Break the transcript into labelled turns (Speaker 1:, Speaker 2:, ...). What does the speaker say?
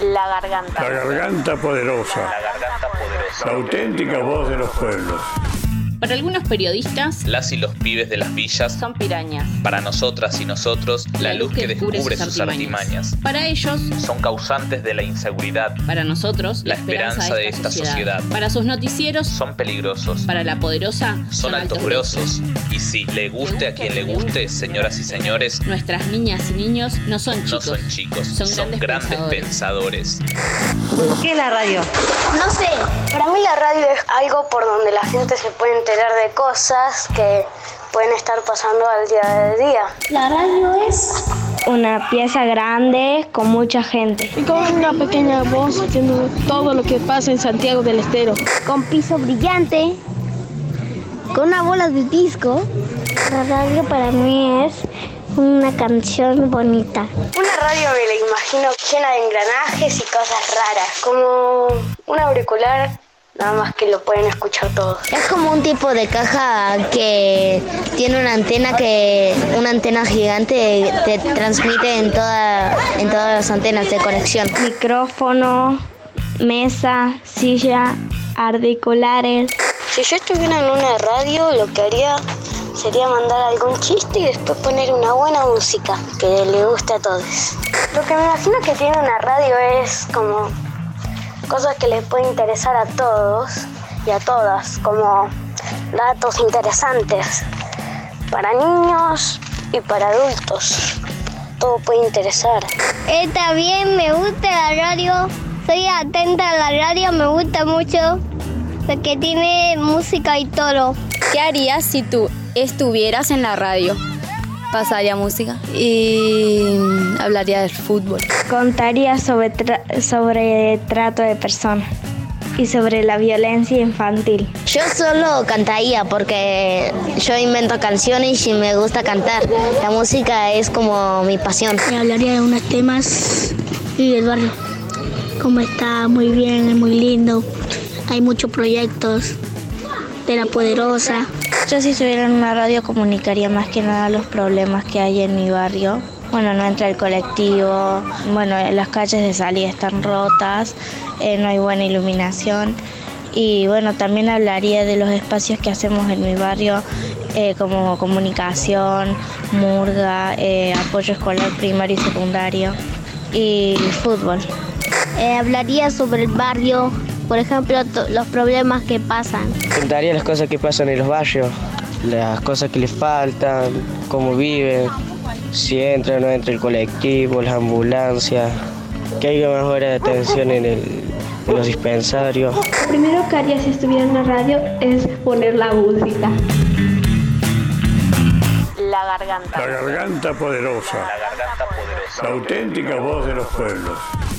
Speaker 1: La garganta.
Speaker 2: La garganta poderosa.
Speaker 3: La garganta poderosa.
Speaker 2: La auténtica voz de los pueblos.
Speaker 4: Para algunos periodistas,
Speaker 3: Las y los pibes de las villas.
Speaker 1: Son pirañas.
Speaker 3: Para nosotras y nosotros, la luz que descubre sus artimañas.
Speaker 4: Para ellos,
Speaker 3: Son causantes de la inseguridad.
Speaker 4: para nosotros,
Speaker 3: La esperanza de esta sociedad.
Speaker 4: Para sus noticieros,
Speaker 3: Son peligrosos.
Speaker 4: para la poderosa,
Speaker 3: Son altos grosos. Y si le guste a quien le guste, señoras y señores,
Speaker 4: Nuestras niñas y niños no son
Speaker 3: no
Speaker 4: chicos.
Speaker 3: son chicos,
Speaker 4: Son
Speaker 3: son
Speaker 4: grandes
Speaker 3: grandes pensadores.
Speaker 5: ¿Qué es la radio?
Speaker 6: No sé, para mí la radio es algo por donde la gente se puede enterar de cosas que pueden estar pasando al día de día. La radio es una pieza grande con mucha gente.
Speaker 7: Y con una pequeña voz haciendo todo lo que pasa en Santiago del Estero.
Speaker 6: Con piso brillante, con una bola de disco. La radio para mí es una canción bonita. Una radio me la imagino llena de engranajes y cosas raras, como un auricular. Nada más que lo pueden escuchar todos.
Speaker 8: Es como un tipo de caja que tiene una antena que una antena gigante te transmite en toda en todas las antenas de conexión.
Speaker 6: micrófono, mesa, silla, auriculares. Si yo estuviera en una radio, lo que haría sería mandar algún chiste y después poner una buena música que le guste a todos. Lo que me imagino que tiene una radio es como cosas que les puede interesar a todos y a todas, como datos interesantes para niños y para adultos. Todo puede interesar.
Speaker 8: Está bien, me gusta la radio. Soy atenta a la radio, me gusta mucho porque tiene música y todo.
Speaker 9: ¿Qué harías si tú estuvieras en la radio? Pasaría música y hablaría del fútbol.
Speaker 6: Contaría sobre, tra- sobre trato de personas y sobre la violencia infantil.
Speaker 8: Yo solo cantaría porque yo invento canciones y me gusta cantar. La música es como mi pasión.
Speaker 6: Y hablaría de unos temas y del barrio. Como está muy bien, es muy lindo. Hay muchos proyectos de la poderosa.
Speaker 8: Yo si estuviera en una radio comunicaría más que nada los problemas que hay en mi barrio. Bueno, no entra el colectivo, bueno, eh, las calles de salida están rotas, eh, no hay buena iluminación. Y bueno, también hablaría de los espacios que hacemos en mi barrio, eh, como comunicación, murga, eh, apoyo escolar primario y secundario y fútbol. Eh, hablaría sobre el barrio, por ejemplo, los problemas que pasan.
Speaker 10: Contaría las cosas que pasan en los barrios, las cosas que les faltan, cómo viven, si entra o no entra el colectivo, las ambulancias, que haya mejora de atención en, el, en los dispensarios.
Speaker 7: Lo primero que haría si estuviera en la radio es poner la música.
Speaker 1: La garganta.
Speaker 2: La garganta poderosa.
Speaker 3: La garganta poderosa.
Speaker 2: La auténtica voz de los pueblos.